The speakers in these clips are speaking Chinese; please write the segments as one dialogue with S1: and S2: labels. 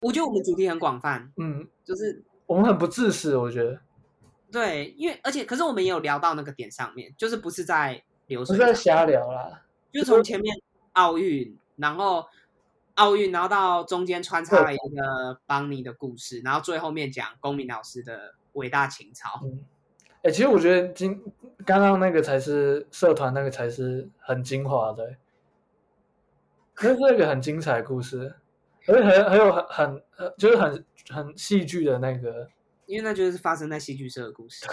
S1: 我觉得我们主题很广泛，
S2: 嗯，
S1: 就是
S2: 我们很不自私，我觉得
S1: 对，因为而且可是我们也有聊到那个点上面，就是不是在流
S2: 不
S1: 水
S2: 是
S1: 账，
S2: 在瞎聊啦。
S1: 就是从前面奥运，然后奥运，然后到中间穿插了一个邦尼的故事，然后最后面讲公民老师的伟大情操。
S2: 嗯，哎、其实我觉得今刚刚那个才是社团，那个才是很精华的、欸，那是一个很精彩的故事，而且很很有很很呃就是很很戏剧的那个。
S1: 因为那就是发生在戏剧社的故事。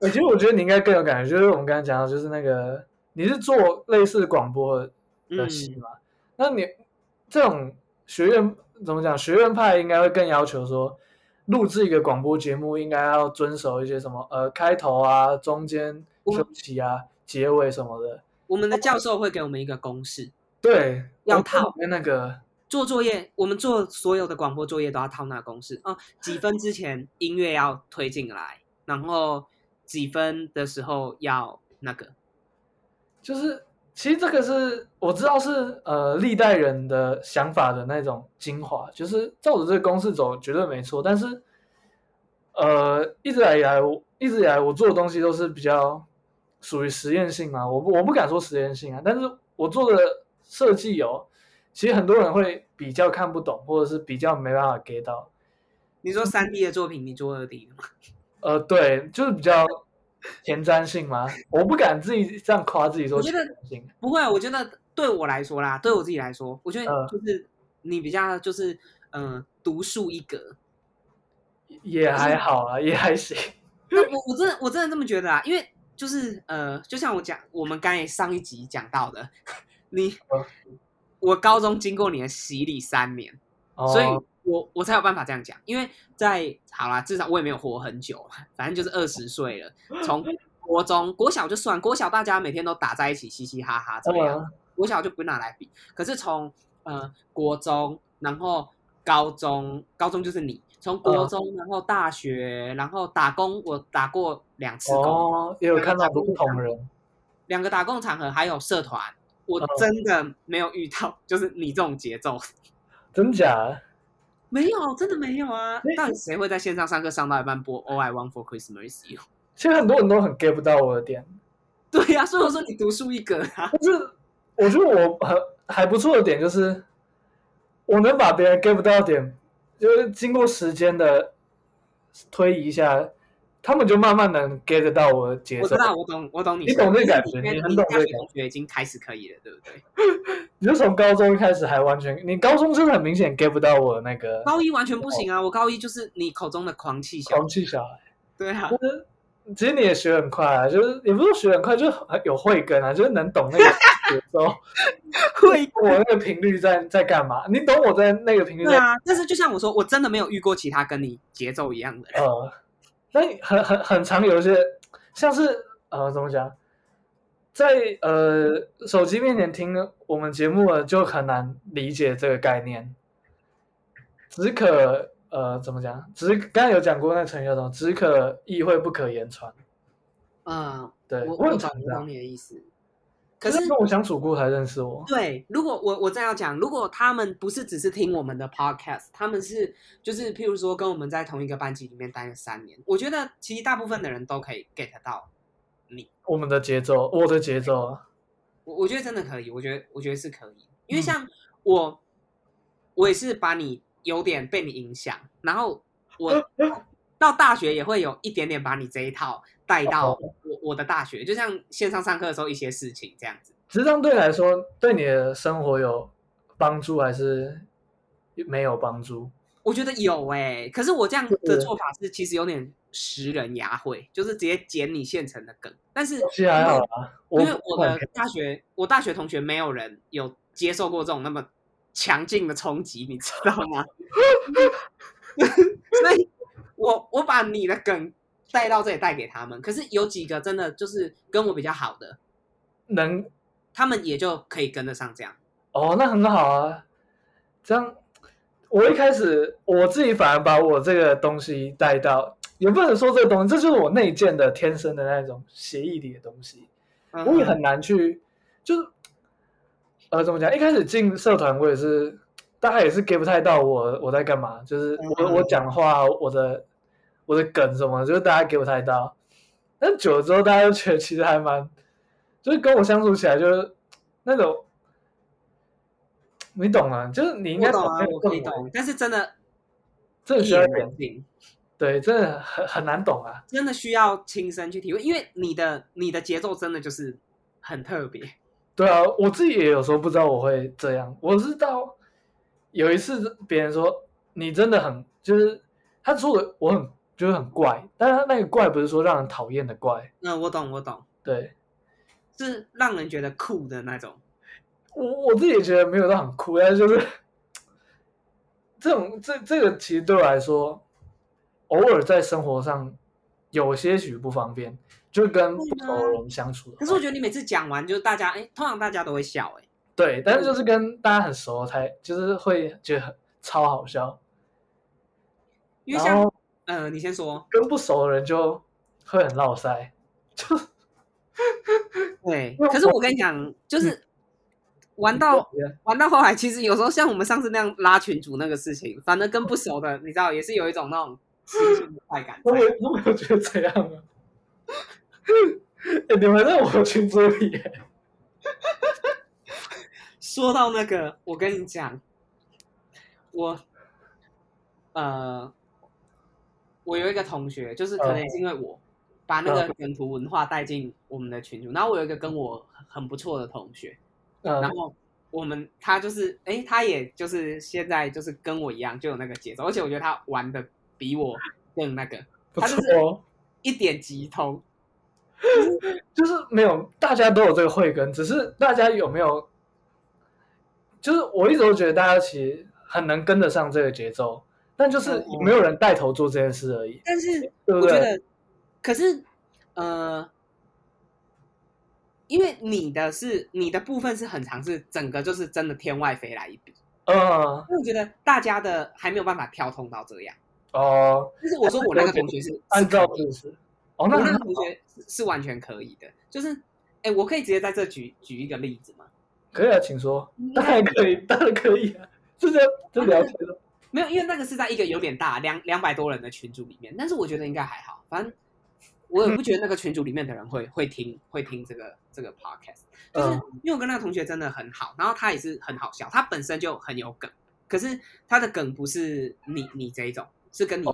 S2: 欸其实我觉得你应该更有感觉，就是我们刚才讲到，就是那个你是做类似广播的的
S1: 嗯，
S2: 戏嘛。那你这种学院怎么讲？学院派应该会更要求说，录制一个广播节目应该要遵守一些什么呃开头啊、中间
S1: 我
S2: 休息啊、结尾什么的。
S1: 我们的教授会给我们一个公式，
S2: 对，
S1: 要
S2: 我
S1: 套
S2: 跟那个
S1: 做作业，我们做所有的广播作业都要套那个公式啊、几分之前音乐要推进来，然后几分的时候要那个，
S2: 就是。其实这个是我知道是呃历代人的想法的那种精华，就是照着这个公式走绝对没错。但是，呃，一直以来我一直以来我做的东西都是比较属于实验性嘛，我不我不敢说实验性啊，但是我做的设计有，其实很多人会比较看不懂，或者是比较没办法 get 到。
S1: 你说三 D 的作品，你做二 D 的吗？
S2: 呃，对，就是比较前瞻性嘛，我不敢自己这样夸自己说
S1: 我觉
S2: 前
S1: 得
S2: 瞻性。
S1: 不会，啊我觉得对我来说啦，对我自己来说，我觉
S2: 嗯
S1: 得就是你比较就是嗯、呃独树一格。
S2: 也还好啊，也还行。
S1: 那我我真的我真的这么觉得啊，因为就是呃，就像我讲，我们刚才上一集讲到的， 你
S2: 嗯
S1: 我高中经过你的洗礼三年，
S2: 哦、
S1: 所以我我才有办法这样讲，因为在好啦，至少我也没有活很久，反正就是二十岁了，从国中、国小就算，国小大家每天都打在一起嘻嘻哈哈这
S2: 当然
S1: 样，国小就不拿来比。可是从呃国中，然后高中，高中就是你从
S2: 哦
S1: 国中，然后大学，然后打工，我打过两次工，
S2: 哦，也有看到不同人，
S1: 两个打工场合，还有社团，我
S2: 嗯
S1: 真的没有遇到 就是你这种节奏。
S2: 真假？
S1: 没有，真的没有啊
S2: 那！
S1: 到底谁会在线上上课上到一半播《All I Want for Christmas Is You》？
S2: 其实很多人都很 get 不到我的点，
S1: 对呀、所以我说你独树一格啊！
S2: 但是我觉得我很还不错的点就是，我能把别人 get 不到的点，就是经过时间的推移一下，他们就慢慢能 get 得到我的节
S1: 我
S2: 奏
S1: 知。道，我懂，我懂你
S2: 你
S1: 说的。
S2: 懂这感
S1: 就是
S2: 觉
S1: 你跟
S2: 你
S1: 你
S2: 很懂
S1: 大
S2: 这
S1: 学
S2: 感
S1: 同学已经开始可以了，对不对？
S2: 你就从高中开始还完全，你高中真的很明显 get 不到我的那个
S1: 高一完全不行啊！我高一就是你口中的狂气小，
S2: 狂气小孩。
S1: 对啊，
S2: 就是其实你也学很快啊，就是也不是说学很快，就是很有慧根啊，就是能懂那个节奏，
S1: 会
S2: 我那个频率在在干嘛，你懂我在那个频率
S1: 对
S2: 在
S1: 啊。但是就像我说，我真的没有遇过其他跟你节奏一样的人。
S2: 呃，那你很很很常有一些像是呃怎么讲，在呃手机面前听我们节目了，就很难理解这个概念，只可。呃，怎么讲？只刚才有讲过那个成语叫什么？只可意会不可言传。
S1: 嗯，
S2: 对，
S1: 我
S2: 很
S1: 我
S2: 常
S1: 懂，
S2: 这
S1: 我
S2: 样。
S1: 懂你的意思。
S2: 可
S1: 可是
S2: 跟我相处过才认识我。
S1: 对，如果我我这样讲，如果他们不是只是听我们的 podcast，他们是就是譬如说跟我们在同一个班级里面待了三年，我觉得其实大部分的人都可以 get 到你，
S2: 我们的节奏，我的节奏啊，
S1: 我我觉得真的可以，我觉得我觉得是可以，因为
S2: 嗯
S1: 像我，我也是把你有点被你影响，然后我到大学也会有一点点把你这一套带到我我的大学，就像线上上课的时候一些事情这样子。
S2: 其实这样对你来说，对你的生活有帮助还是没有帮助？
S1: 我觉得有哎、可是我这样
S2: 对
S1: 的做法是其实有点食人牙慧，就是直接剪你现成的梗。但是
S2: 其实还好
S1: 因为
S2: 啦，
S1: 因为我的
S2: 不管
S1: 大学，我大学同学没有人有接受过这种那么强劲的冲击，你知道吗？ 所以我我把你的梗带到这里带给他们，可是有几个真的就是跟我比较好的，
S2: 能
S1: 他们也就可以跟得上这样。
S2: 哦，那很好啊。这样，我一开始我自己反而把我这个东西带到，也不能说这个东西，这就是我内建的天生的那种协议里的东西。
S1: 嗯
S2: 我也很难去，就是呃，怎么讲？一开始进社团，我也是大家也是 get 不太到我我在干嘛，就是我
S1: 嗯
S2: 我讲话我的我的梗什么，就是大家 get 不太到。但久了之后，大家就觉得其实还蛮，就是跟我相处起来就是那种，你懂吗？就是你应
S1: 我
S2: 该
S1: 懂啊，
S2: 那个
S1: 我可以
S2: 氛围
S1: 懂，但是真的
S2: 真的
S1: 一
S2: 需要
S1: 言
S2: 一点
S1: 为尽，
S2: 对，真的很很难懂啊。
S1: 真的需要亲身去体会，因为你的你的节奏真的就是很特别。
S2: 对啊，我自己也有时候不知道我会这样。我是到有一次别人说你真的很，就是他说的我很就是很怪，但是他那个怪不是说让人讨厌的怪，
S1: 嗯，我懂，我懂，
S2: 对
S1: 是让人觉得酷的那种。
S2: 我我自己也觉得没有到很酷，但是就是 这种这这个其实对我来说，偶尔在生活上有些许不方便，就跟不熟的人相处的话。
S1: 啊可是我觉得你每次讲完，就是大家哎，通常大家都会笑哎。
S2: 对，但是就是跟大家很熟才就是会觉得很超好笑，
S1: 因为
S2: 然后
S1: 像呃，你先说，
S2: 跟不熟的人就会很落塞。
S1: 对。
S2: 为
S1: 可是我嗯跟你讲，就是玩到玩到后来，其实有时候像我们上次那样拉群主那个事情，反而跟不熟的，你知道，也是有一种那种新鲜的快感在。
S2: 我有我有觉得这样啊？哎、你们在我群组里耶，嗯
S1: 说到那个，我跟你讲，我呃，我有一个同学，就是可能也是因为我把那个梗图文化带进我们的群组，然后我有一个跟我很不错的同学，然
S2: 嗯，
S1: 后我们他就是，哎，他也就是现在就是跟我一样就有那个节奏，而且我觉得他玩的比我更那个，
S2: 不
S1: 他
S2: 错
S1: 就是
S2: 哦，
S1: 一点即通，
S2: 就是没有大家都有这个慧根，只是大家有没有？就是我一直都觉得大家其实很能跟得上这个节奏，但就是
S1: 嗯嗯
S2: 没有人带头做这件事而已，
S1: 但是。
S2: 对不
S1: 我觉
S2: 对？
S1: 得，可是，呃，因为你的是你的部分是很长，是整个就是真的天外飞来一笔。
S2: 嗯，
S1: 因为我觉得大家的还没有办法跳通到这样。
S2: 哦，
S1: 但是我说我那个同学是
S2: 按照
S1: 是可以
S2: 事实。哦，
S1: 我
S2: 那
S1: 那
S2: 很
S1: 个
S2: 好
S1: 同学是是完全可以的，就是，哎，我可以直接在这举举一个例子 吗？
S2: 可以啊，请说
S1: 嗯。
S2: 当然可以，当然可以啊，这就这聊天了。
S1: 没有，因为那个是在一个有点大两两百多人的群组里面，但是我觉得应该还好，反正我也不觉得那个群组里面的人会会听会听这个这个 podcast。就是
S2: 嗯
S1: 因为我跟那个同学真的很好，然后他也是很好笑，他本身就很有梗，可是他的梗不是你你这一种，是跟你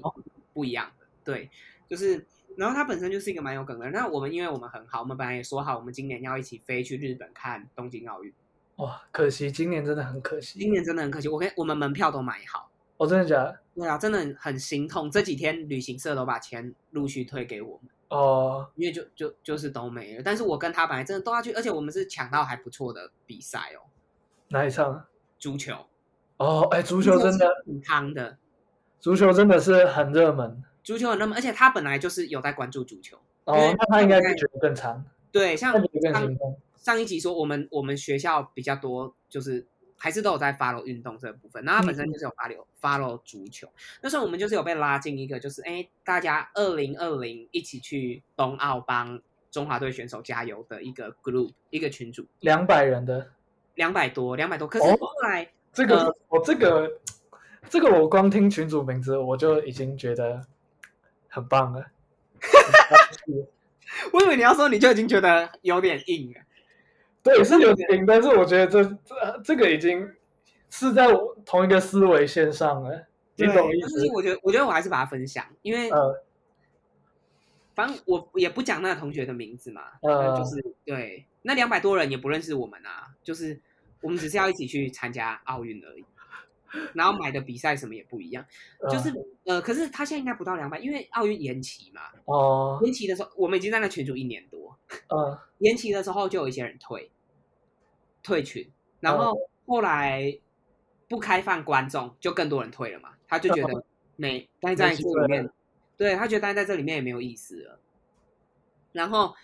S1: 不一样的，对，就是，然后他本身就是一个蛮有梗的人。那我们因为我们很好，我们本来也说好，我们今年要一起飞去日本看东京奥运，
S2: 哇，可惜今年真的很可惜。
S1: 今年真的很可惜，我跟我们门票都买好，
S2: 我、真的假的？
S1: 对啊，真的很很心痛。这几天旅行社都把钱陆续退给我们，
S2: 哦，
S1: 因为就就就是都没了。但是我跟他本来真的都要去，而且我们是抢到还不错的比赛哦，
S2: 哪一场？啊
S1: 足球。
S2: 哦，哎，足球真的，
S1: 挺夯的，
S2: 足球真的是很热门。
S1: 足球很热门，而且他本来就是有在关注足球。
S2: 哦
S1: 因为，
S2: 那他应该是觉得更长，
S1: 对，像
S2: 他觉得更
S1: 上
S2: 兴奋。
S1: 上一集说，我们我们学校比较多，就是还是都有在 follow 运动这部分。然后他本身就是有 follow、follow 足球，那时候我们就是有被拉进一个，就是哎，大家二零二零一起去冬奥帮中华队选手加油的一个 group 一个群组，
S2: 两百人的
S1: 两百多两百多。可是
S2: 哦
S1: 后来、
S2: 这个
S1: 呃，
S2: 我、这个，这个我光听群主名字我就已经觉得很棒了。
S1: 我以为你要说你就已经觉得有点硬了，
S2: 对，是有点，但是我觉得这这这个已经是在我同一个思维线上了，你
S1: 对，
S2: 懂意
S1: 但
S2: 思
S1: 是？我觉得我觉得我还是把它分享，因为
S2: 呃，
S1: 反正我也不讲那个同学的名字嘛，
S2: 呃
S1: 就是对，那两百多人也不认识我们啊，就是我们只是要一起去参加奥运而已，然后买的比赛什么也不一样，
S2: 嗯
S1: 就是呃，可是他现在应该不到两百，因为奥运延期嘛，
S2: 呃哦，
S1: 延期的时候我们已经在那群组一年多，
S2: 嗯
S1: 延期的时候就有一些人退，退群，然
S2: 哦
S1: 后后来不开放观众，就更多人退了嘛，他就觉 得没待在这里面，对他觉得待在这里面也没有意思了。然后，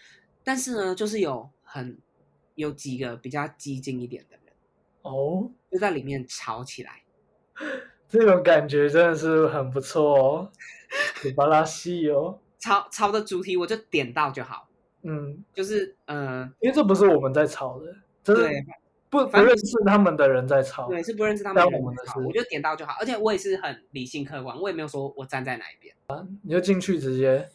S1: 但是呢，就是有很有几个比较激进一点的人，
S2: 哦，
S1: 就在里面吵起来。
S2: 这种感觉真的是很不错哦，古巴拉西哦，
S1: 吵吵的主题我就点到就好，
S2: 嗯，
S1: 就是呃，
S2: 因为这不是我们在吵的，这是
S1: 对，
S2: 不不
S1: 反正
S2: 认识他们的人在抄。
S1: 对，是不认识他们的
S2: 嗯但
S1: 人
S2: 我们的
S1: 好
S2: 是
S1: 我就点到就好，而且我也是很理性客观，我也没有说我站在哪一边。
S2: 你就进去直接，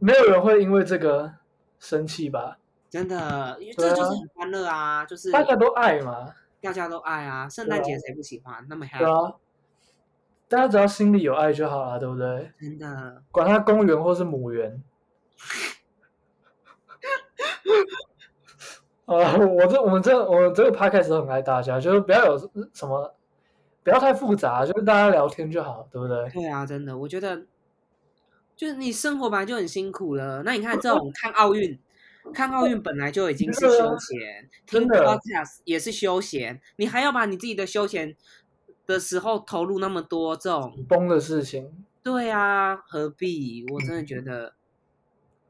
S2: 没有人会因为这个生气吧？
S1: 真的，因为
S2: 对
S1: 这
S2: 啊
S1: 就是很欢乐啊，就是
S2: 大家都爱嘛，
S1: 大家都爱啊，圣诞节谁不喜欢？那么
S2: 对
S1: happy，
S2: 啊，大家只要心里有爱就好了，对不对？
S1: 真的。
S2: 管它公园或是母园。 啊，我这我们这我这个 podcast 都很爱大家，就是不要有什么，不要太复杂，就是大家聊天就好，对不对？
S1: 对啊，真的，我觉得就是你生活本来就很辛苦了，那你看这种看奥运，看奥运本来就已经是
S2: 真的
S1: 休
S2: 啊
S1: 闲，
S2: 真
S1: 听
S2: 的
S1: podcast 也是休闲，你还要把你自己的休闲的时候投入那么多这种，
S2: 崩的事情，
S1: 对啊，何必？我真的觉得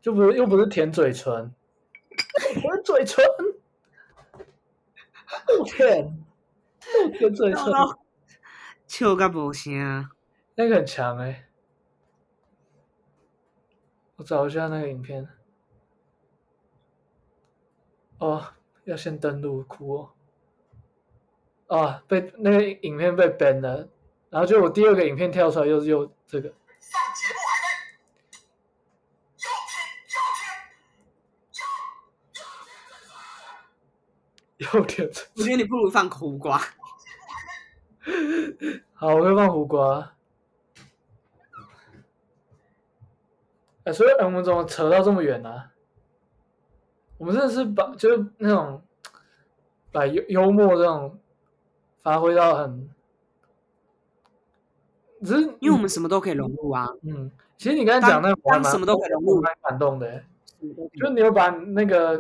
S2: 就不是又不是舔嘴唇，舔嘴唇， 我舔，我舔嘴唇，
S1: 笑到无声。啊
S2: 那个很强哎、我找一下那个影片。哦，要先登录，哭哦。啊，被那个影片被 ban 了，然后就我第二个影片跳出来又是又这个，又 舔着。
S1: 我觉得你不如放苦瓜，
S2: 好，我会放胡瓜。哎、所以、哎我们怎么扯到这么远呢、啊我们真的是把就是那种把幽幽默这种发挥到很，只是
S1: 因为我们什么都可以融入啊，
S2: 嗯，其实你刚才讲那个我还
S1: 当
S2: 蛮
S1: 什么都可以融入
S2: 我蛮感动的、
S1: 什么都可以
S2: 就你有把那个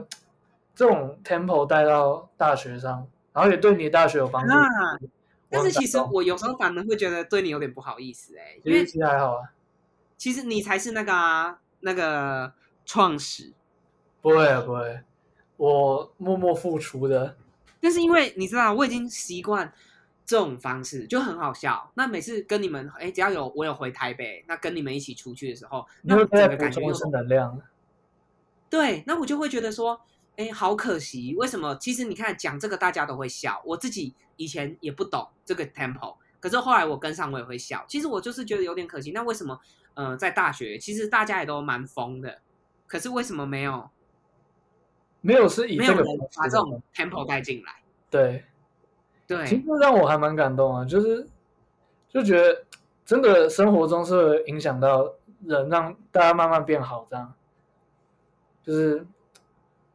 S2: 这种 tempo 带到大学上，然后也对你的大学有帮助。
S1: 啊。但
S2: 很
S1: 是其
S2: 感
S1: 实
S2: 动
S1: 我有时候反而会觉得对你有点不好意思哎、因
S2: 其实
S1: 为
S2: 其实还好啊，
S1: 其实你才是那个啊，那个创始，
S2: 不会啊不会，我默默付出的。
S1: 但是因为你知道，我已经习惯这种方式，就很好笑。那每次跟你们，哎，只要有我有回台北，那跟你们一起出去的时候，
S2: 你
S1: 那我
S2: 会
S1: 整
S2: 再
S1: 个
S2: 补
S1: 感觉
S2: 充
S1: 又
S2: 一些能量。
S1: 对，那我就会觉得说，哎，好可惜，为什么？其实你看讲这个大家都会笑，我自己以前也不懂这个 tempo，可是后来我跟上我也会笑。其实我就是觉得有点可惜，那为什么？呃，在大学其实大家也都蛮疯的，可是为什么没有
S2: 没有是以
S1: 没
S2: 这
S1: 有
S2: 个
S1: 人
S2: 方式
S1: 把这
S2: 的
S1: 种 tempo 带进来？
S2: 对，其实
S1: 对，
S2: 让我还蛮感动啊，就是就觉得真的生活中是会影响到人，让大家慢慢变好这样。就是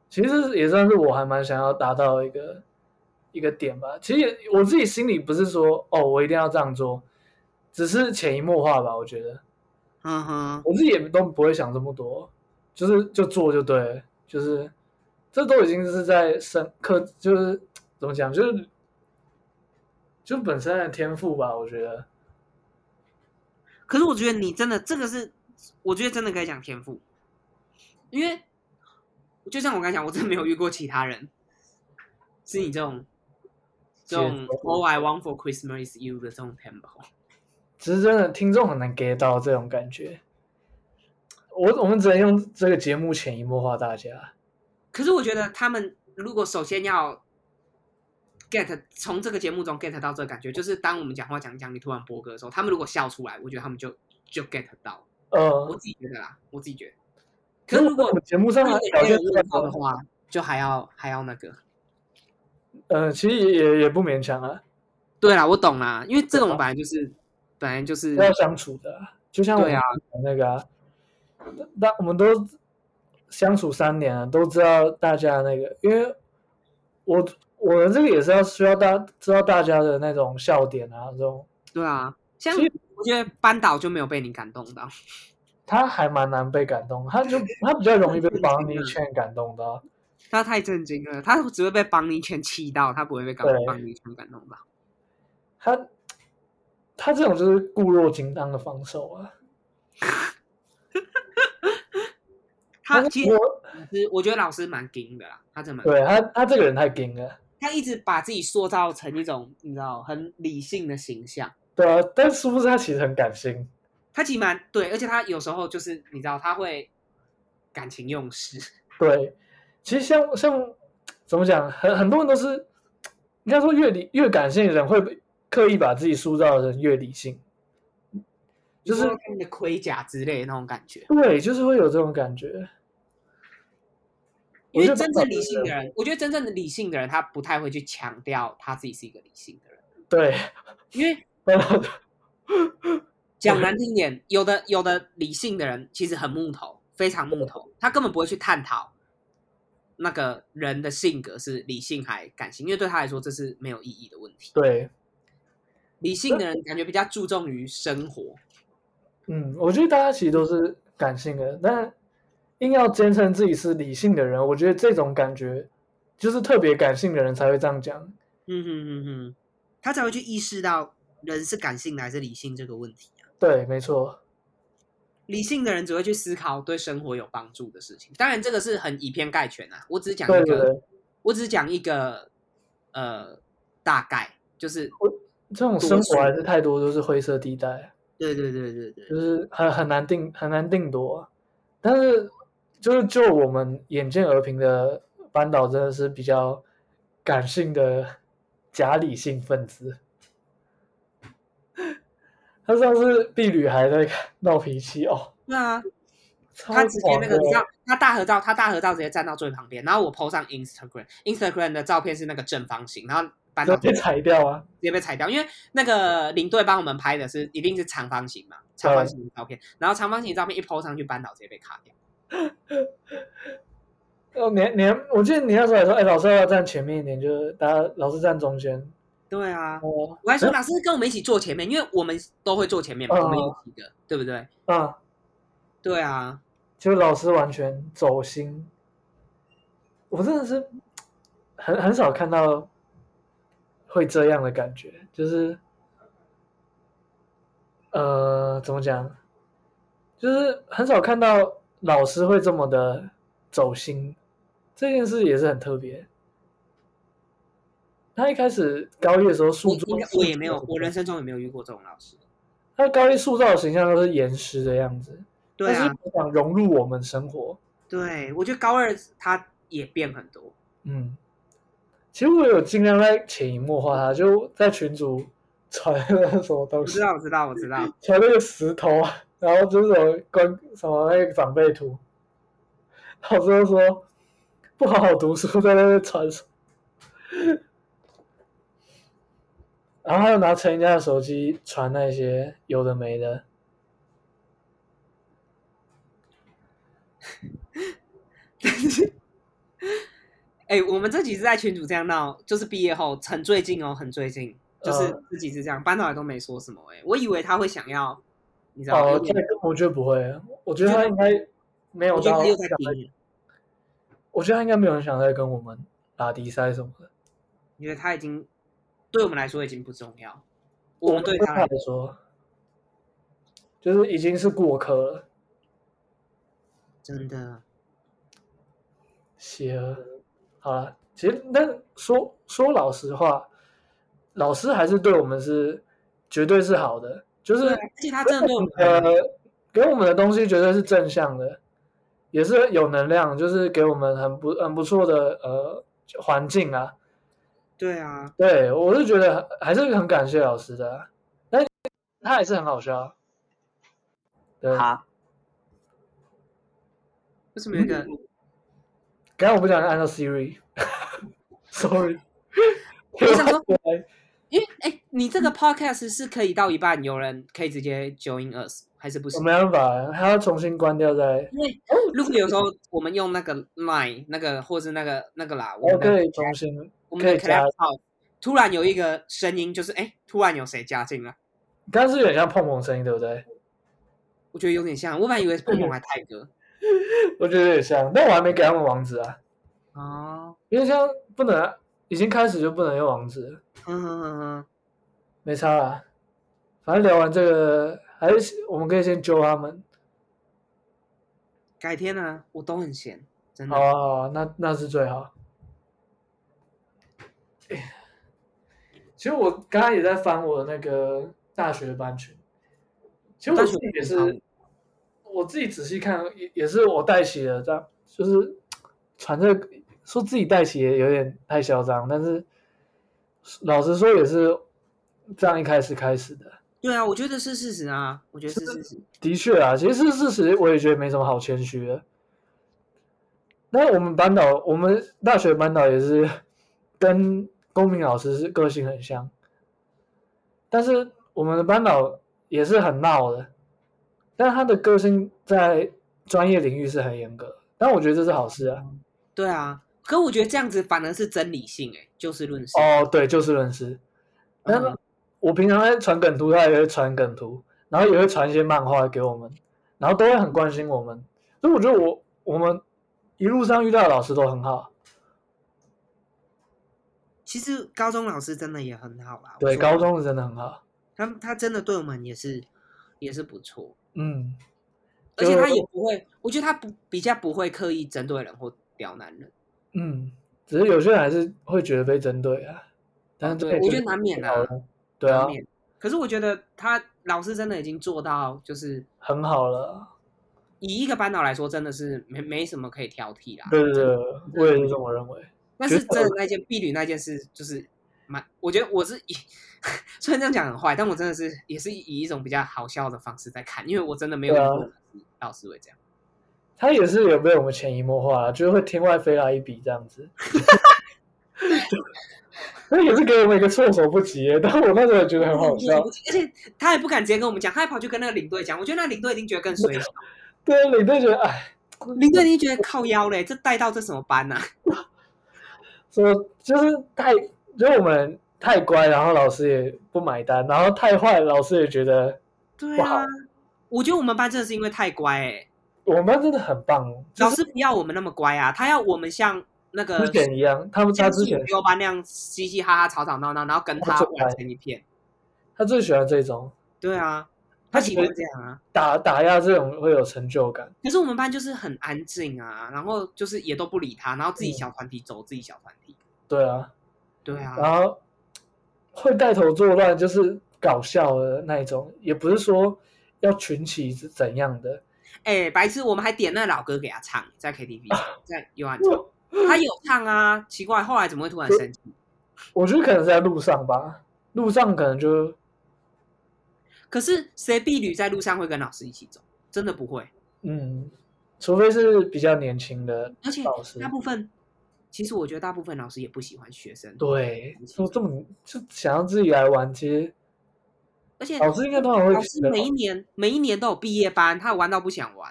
S2: 其实也算是我还蛮想要达到一个一个点吧。其实也我自己心里不是说哦，我一定要这样做，只是潜移默化吧，我觉得。
S1: 嗯哼，
S2: 我自己也都不会想这么多，就是就做就对了，就是这都已经是在深刻，就是怎么讲，就是就本身的天赋吧，我觉得
S1: 可是我觉得你真的这个是，我觉得真的可以讲天赋，因为就像我刚才讲，我真的没有遇过其他人是你这种这种
S2: 解说
S1: All I want for Christmas is you 的这种 tempo。
S2: 只是真的听众很难 get 到这种感觉。我我们只能用这个节目潜移默化大家，
S1: 可是我觉得他们如果首先要 get 从这个节目中 get 到这个感觉，就是当我们讲话讲一讲，你突然播歌的时候，他们如果笑出来，我觉得他们就就 get 到。我
S2: 呃，
S1: 自己觉得啦，我自己觉得。可是如果
S2: 我们节目上
S1: 如果
S2: 表
S1: 没有
S2: 现
S1: 人
S2: 出
S1: 问到的
S2: 来，
S1: 话，就还要还要那个。
S2: 呃，其实也也也不勉强啊，
S1: 对啦，我懂啦，因为这种
S2: 对啊
S1: 本来就是本来就是
S2: 要相处的啊、就像我
S1: 对啊
S2: 们那个、啊，那我们都相处三年了，都知道大家那个，因为我我的这个也是要需要大知道大家的那种笑点啊，这种
S1: 对啊，像
S2: 其实
S1: 我觉得班导就没有被你感动到，
S2: 他还蛮难被感动，他就他比较容 易被帮
S1: 真
S2: 你
S1: 的
S2: 劝感动的啊，
S1: 他太震惊了，他只会被邦尼圈气到，他不会被感
S2: 对
S1: 邦尼圈感动到。
S2: 他他这种就是固若金汤的防守啊，
S1: 他
S2: 但
S1: 其
S2: 是
S1: 实
S2: 我
S1: 我觉得老师蛮硬的啦，他真的蛮，
S2: 对他他这个人太硬了，
S1: 他一直把自己塑造成一种你知道很理性的形象。
S2: 对啊，但是不是他其实很感性？
S1: 他其实蛮对，而且他有时候就是你知道他会感情用事，
S2: 对，其实像像怎么讲，很很多人都是，应该说越理越感性的人会被刻意把自己塑造的人越理性，就是
S1: 说他们的盔甲之类的那种感觉。
S2: 对，就是会有这种感觉。
S1: 因
S2: 我觉
S1: 为
S2: 得
S1: 真
S2: 不少
S1: 正理性的人，我觉得真正的理性的人，他不太会去强调他自己是一个理性的人，
S2: 对，
S1: 因为讲难听点，有的有的理性的人其实很木头，非常木头，他根本不会去探讨那个人的性格是理性还感性，因为对他来说这是没有意义的问题。
S2: 对，
S1: 理性的人感觉比较注重于生活，
S2: 嗯，我觉得大家其实都是感性的，但硬要坚称自己是理性的人，我觉得这种感觉就是特别感性的人才会这样讲。
S1: 嗯哼哼哼，他才会去意识到人是感性的还是理性这个问题啊。
S2: 对，没错，
S1: 理性的人只会去思考对生活有帮助的事情，当然这个是很以偏概全啊。我只是讲
S2: 对
S1: 一
S2: 对
S1: 个，
S2: 对，
S1: 我只是讲一个，呃，大概就是，
S2: 这种生活还是太多都是灰色地带，
S1: 对对对对对，
S2: 就是很很难定很难定夺啊、但是就是就我们眼见而评的班导真的是比较感性的假理性分子。他上次婢女还在闹脾气哦，
S1: 对啊，
S2: 超
S1: 他直接那个，你知
S2: 狂
S1: 道，他大合照，他大合照直接站到最旁边，然后我 PO 上 Instagram，Instagram 的照片是那个正方形，然后班
S2: 的
S1: 长
S2: 直接被
S1: 直
S2: 裁掉啊！
S1: 接被裁掉，因为那个领队帮我们拍的是一定是长方形嘛，长方形的照片，然后长方形照片一 PO 上去，班导直接被卡掉。
S2: 哦，你你，我记得你那时候还说，哎，老师要不要站前面一点，就是大家老师站中间。
S1: 对啊，
S2: 哦，
S1: 我还说老师跟我们一起坐前面，因为我们都会坐前面嘛，
S2: 嗯
S1: 我们有几个，对不对？
S2: 啊，
S1: 对啊，
S2: 就老师完全走心，我真的是很很少看到会这样的感觉，就是呃，怎么讲，就是很少看到老师会这么的走心，这件事也是很特别。他一开始高一的时候
S1: 我
S2: 塑造
S1: 应该，我也没有，我人生中也没有遇过这种老师。
S2: 他高一塑造的形象都是严师的样子，
S1: 对
S2: 但
S1: 啊
S2: 是，不想融入我们生活，
S1: 对，啊我觉得高二他也变很多，
S2: 嗯，其实我有尽量在潜移默化它，就在群主传那什么
S1: 我
S2: 东
S1: 知
S2: 西，
S1: 道，我知道，我知道。
S2: 传那个石头啊，然后就是什么关什么那个长辈图，老师就说不好好读书，在那边传，然后还有拿陈人家的手机传那些有的没的，
S1: 哎、我们这几次在群主这样闹，就是毕业后很最近哦，很最近，就是
S2: 嗯
S1: 这几次这样，班导也都没说什么、哎，我以为他会想要，你知道，有
S2: 哦，这
S1: 点
S2: 个我觉得不会，我觉得他应该没有
S1: 我觉得
S2: 到
S1: 他又在
S2: 想再，
S1: 盯，
S2: 我觉得他应该没有很想再跟我们打比赛什么的。
S1: 你觉得他已经对我们来说已经不重要，我们对他来
S2: 来说， 就是已经是过客了。
S1: 真的，
S2: 邪恶，好了，其实那说说老实话，老师还是对我们是绝对是好的，就是
S1: 对啊，而且他真的对我啊们很
S2: 呃
S1: 好，
S2: 给我们的东西绝对是正向的，也是有能量，就是给我们很不很不错的呃环境啊。
S1: 对啊，
S2: 对我是觉得还是很感谢老师的啊、但他还是很好笑啊。对，
S1: 好，为什么有一个？
S2: 嗯刚刚我不想按照 Siri，sorry，
S1: 我想说
S2: 来，
S1: 因为哎、你这
S2: 嗯
S1: 个 podcast 是可以到一半有人可以直接 join us，还是不
S2: 我
S1: 行？
S2: 没办法，还要重新关掉再，
S1: 因为如果有时候我们用那个 Line 那个或是那个那个啦，我
S2: 我
S1: 们的、
S2: 哦可以重新。
S1: 我们的
S2: 可以加
S1: Clubhouse 突然有一个声音，就是哎、突然有谁加进来，
S2: 刚刚是有点像碰碰声音，对不对？
S1: 我觉得有点像，我本来以为是碰
S2: 嗯
S1: 碰还泰哥
S2: 我觉得有点像，但我还没给他们网址啊，
S1: 哦，
S2: 因为像不能，已经开始就不能用网址了，
S1: 嗯哼哼哼，
S2: 没差啊啦。反正聊完这个，还是我们可以先揪他们。
S1: 改天啊，我都很闲，真的。
S2: 好啊，好啊，那那是最好。其实我刚刚也在翻我的那个大学的班群，其实我
S1: 大
S2: 自
S1: 学
S2: 己也
S1: 班
S2: 是
S1: 群，
S2: 我自己仔细看，也也是我带起的，这样就是传这个说自己带起也有点太嚣张，但是老实说也是这样一开始开始的。
S1: 对啊，我觉得是事实啊，我觉得是事实。
S2: 的确啊，其实是事实，我也觉得没什么好谦虚的。那我们班导，我们大学班导也是跟公民老师是个性很像，但是我们的班导也是很闹的，但他的个性在专业领域是很严格的，但我觉得这是好事啊。
S1: 对啊，可我觉得这样子反而是真理性哎、就事论事。
S2: 哦，对，就事论事。但是
S1: 嗯
S2: 我平常在传梗图，他也会传梗图，然后也会传一些漫画给我们，然后都会很关心我们。所以我觉得我我们一路上遇到的老师都很好，
S1: 其实高中老师真的也很好啦。
S2: 对，
S1: 我说
S2: 高中是真的很好。
S1: 他他真的对我们也是也是不错，
S2: 嗯，
S1: 而且
S2: 就
S1: 他也不会，我觉得他不比较不会刻意针对人或刁难人。
S2: 嗯，只是有些人还是会觉得被针对啊，但是
S1: 对
S2: 被
S1: 我觉
S2: 针
S1: 得难免
S2: 好
S1: 啊
S2: 了，对啊
S1: 难，免可是我觉得他老师真的已经做到，就是
S2: 很好了，
S1: 以一个班导来说，真的是没没什么可以挑剔啦。
S2: 对对
S1: 真的
S2: 对，我也是这么认为。
S1: 但是真的那件婢女那件事，就是蛮，我觉得我是以， 虽然这样讲很坏，但我真的是也是以一种比较好笑的方式在看，因为我真的没有遇
S2: 对啊
S1: 过老师会这样。
S2: 他也是有被我们潜移默化、就是会天外飞来一笔这样 子。 那也是给我们一个措手不及耶，但我那时候也觉得很好笑。
S1: 而且他也不敢直接跟我们讲，他还跑去跟那个领队讲。我觉得那领队一定觉得更水小，
S2: 对，领队觉得哎，
S1: 领队一定觉得靠腰嘞，这带到这什么班呐、 啊？
S2: 说就是太，就是我们太乖，然后老师也不买单，然后太坏，老师也觉得
S1: 对
S2: 不好
S1: 啊，我觉得我们班真的是因为太乖哎、
S2: 我们班真的很棒，就
S1: 老
S2: 是
S1: 师不要我们那么乖啊，他要我们像那个
S2: 之前一样。他们他
S1: 像
S2: 之
S1: 自
S2: 前
S1: 由班那样嘻嘻哈哈、吵吵闹闹，然后跟他
S2: 我最乖
S1: 玩成一片。
S2: 他最喜欢这种
S1: 对啊，他
S2: 他喜
S1: 喜
S2: 欢
S1: 欢这样啊。
S2: 打打压这种会有成就感。
S1: 可是我们班就是很安静啊，然后就是也都不理他，然后自己小团体走自己小团体。
S2: 对啊，
S1: 对啊，
S2: 嗯然后会带头作乱，就是搞笑的那一种，也不是说要群起是怎样的。
S1: 哎、白痴，我们还点那老歌给他唱，在 KTV 唱在幽暗 唱，他有唱啊，奇怪，后来怎么会突然生气？
S2: 我觉得可能是在路上吧，路上可能就
S1: 可是谁婢女在路上会跟老师一起走？真的不会，
S2: 嗯，除非是比较年轻的
S1: 而且
S2: 老师
S1: 大，部分，其实我觉得大部分老师也不喜欢学生。，
S2: 对，说这么就想要自己来玩，其实
S1: 而且
S2: 老师应该通常会哦
S1: 老
S2: 觉
S1: 师
S2: 得
S1: 每一年每一年都有毕业班，他玩到不想玩，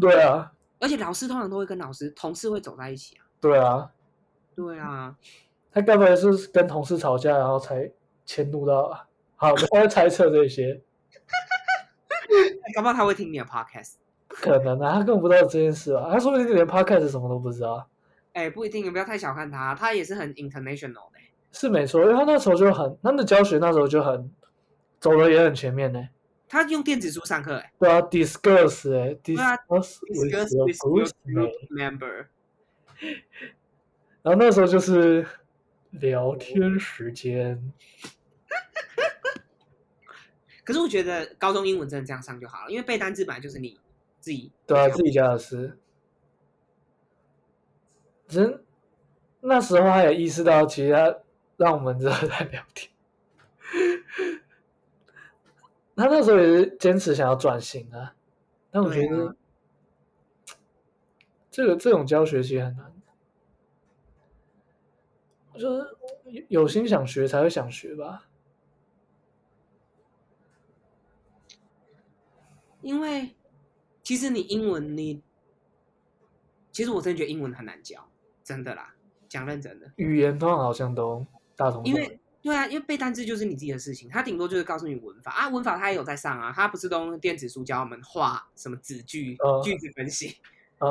S2: 对啊，
S1: 而且老师通常都会跟老师同事会走在一起啊。
S2: 对啊，
S1: 对啊，
S2: 他该不会是跟同事吵架，然后才迁怒到？好，我在猜测这些，
S1: 搞不好他会听你的 podcast。
S2: 不可能啊，他根本不知道这件事啊，他说不定连 podcast 什么都不知道。
S1: 哎，不一定，不要太小看他，他也是很 international 的欸。
S2: 是没错，因为他那时候就很，他的教学那时候就很走的也很前面呢、
S1: 他用电子书上课，哎
S2: 对啊，discuss 哎、d i
S1: 啊
S2: s c u s
S1: ，discuss
S2: s with
S1: with
S2: your
S1: your
S2: group mate
S1: group member。
S2: 然后那时候就是聊天时间，
S1: 可是我觉得高中英文真的这样上就好了，因为背单词本来就是你自己。
S2: 对啊，自己家的事。人那时候他也意识到，其实他让我们知道在聊天。他那时候也是坚持想要转型啊，但我觉
S1: 对
S2: 得、
S1: 啊
S2: 这个这种教学其实很难，就是有心想学才会想学吧。
S1: 因为其实你英文你，其实我真的觉得英文很难教，真的啦，讲认真的。
S2: 语言通常好像都大同小
S1: 因
S2: 异，
S1: 为对啊，因为背单词就是你自己的事情，他顶多就是告诉你文法啊，文法他也有在上啊，他不是都用电子书教我们画什么子句、
S2: 嗯
S1: 句子分析。
S2: 啊，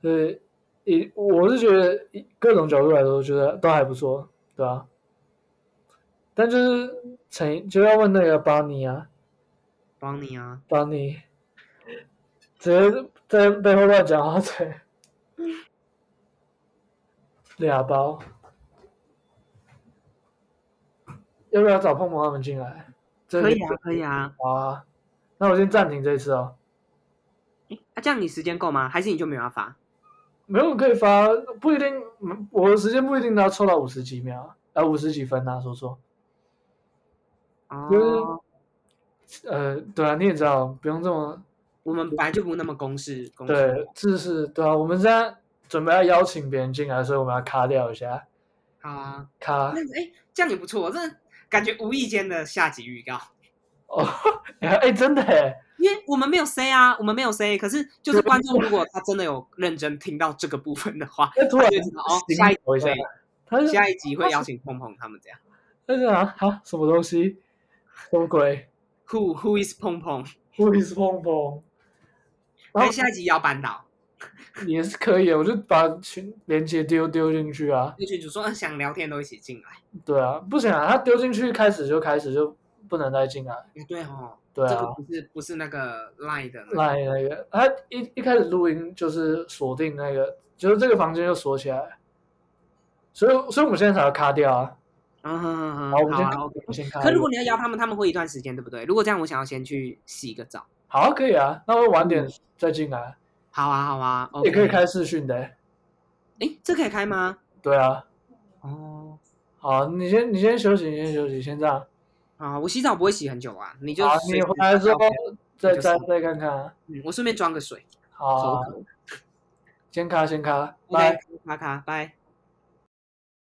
S2: 所以以我是觉得以各种角度来说，觉得都还不错，对吧、但就是陈就要问那个巴尼啊，
S1: 帮你啊，
S2: 巴尼，直接在背后乱讲话嘴，俩包。要不要找碰碰他们进来？这
S1: 可以啊，可以啊。
S2: 好啊，那我先暂停这一次哦。
S1: 哎，那、这样你时间够吗？还是你就没办法？
S2: 没有可以发，不一定，嗯我的时间不一定都要凑到五十几秒啊，呃，五十几分啊，说错。
S1: 哦，
S2: 呃，对啊，你也知道，不用这么
S1: 我们本来就不那么公事公事。
S2: 对，这是对啊。我们现在准备要邀请别人进来，所以我们要卡掉一下，
S1: 好啊，
S2: 卡
S1: 那哎，这样也不错，这感觉无意间的下集预告，
S2: 哦， 哎，真的哎，
S1: 因为我们没有 say 啊，我们没有 say，可是就是观众如果他真的有认真听到这个部分的话，
S2: 那突
S1: 他
S2: 然
S1: 就知道哦，
S2: 醒
S1: 下一集
S2: 我一下
S1: 会，
S2: 他是
S1: 下一集会邀请碰碰他们这样。
S2: 他是啊啊什么东西，什么鬼
S1: Who Who is 碰碰？
S2: ？Who is 碰碰？然
S1: 哎，
S2: 后
S1: 下一集要扳倒，
S2: 也是可以的，我就把群连接丢丢进去啊。
S1: 那群主说嗯想聊天都一起进来。
S2: 对啊，不行啊，他丢进去开始就开始就不能再进来。啊
S1: 哎，对哦，
S2: 对
S1: 这个啊
S2: 啊，
S1: 不是不是那个 Line 的那个
S2: 来那个他一一开始录音就是锁定那个，就是这个房间就锁起来，所以所以我们现在才要卡掉啊。
S1: 嗯哼哼哼，
S2: 好，我们先、
S1: 好啊，OK
S2: 我。们先卡掉。
S1: 可如果你要邀他们，他们会一段时间，对不对？如果这样，我想要先去洗个澡。
S2: 好啊可以啊，那我晚点再进来，
S1: 好啊，好啊，OK。
S2: 也可以开视讯的欸、
S1: 哎，这可以开吗？
S2: 对啊，
S1: 哦，
S2: 好，你先你先休息，你先休息，先这样。
S1: 啊，我洗澡不会洗很久啊，你就
S2: 好，
S1: 随
S2: 你
S1: 时
S2: 回来之后
S1: 看照
S2: 再
S1: 就
S2: 再
S1: 是
S2: 再看看啊。
S1: 片嗯我顺便装个水。
S2: 好啊
S1: 口，
S2: 先卡先卡，拜。
S1: OK，咔咔，拜。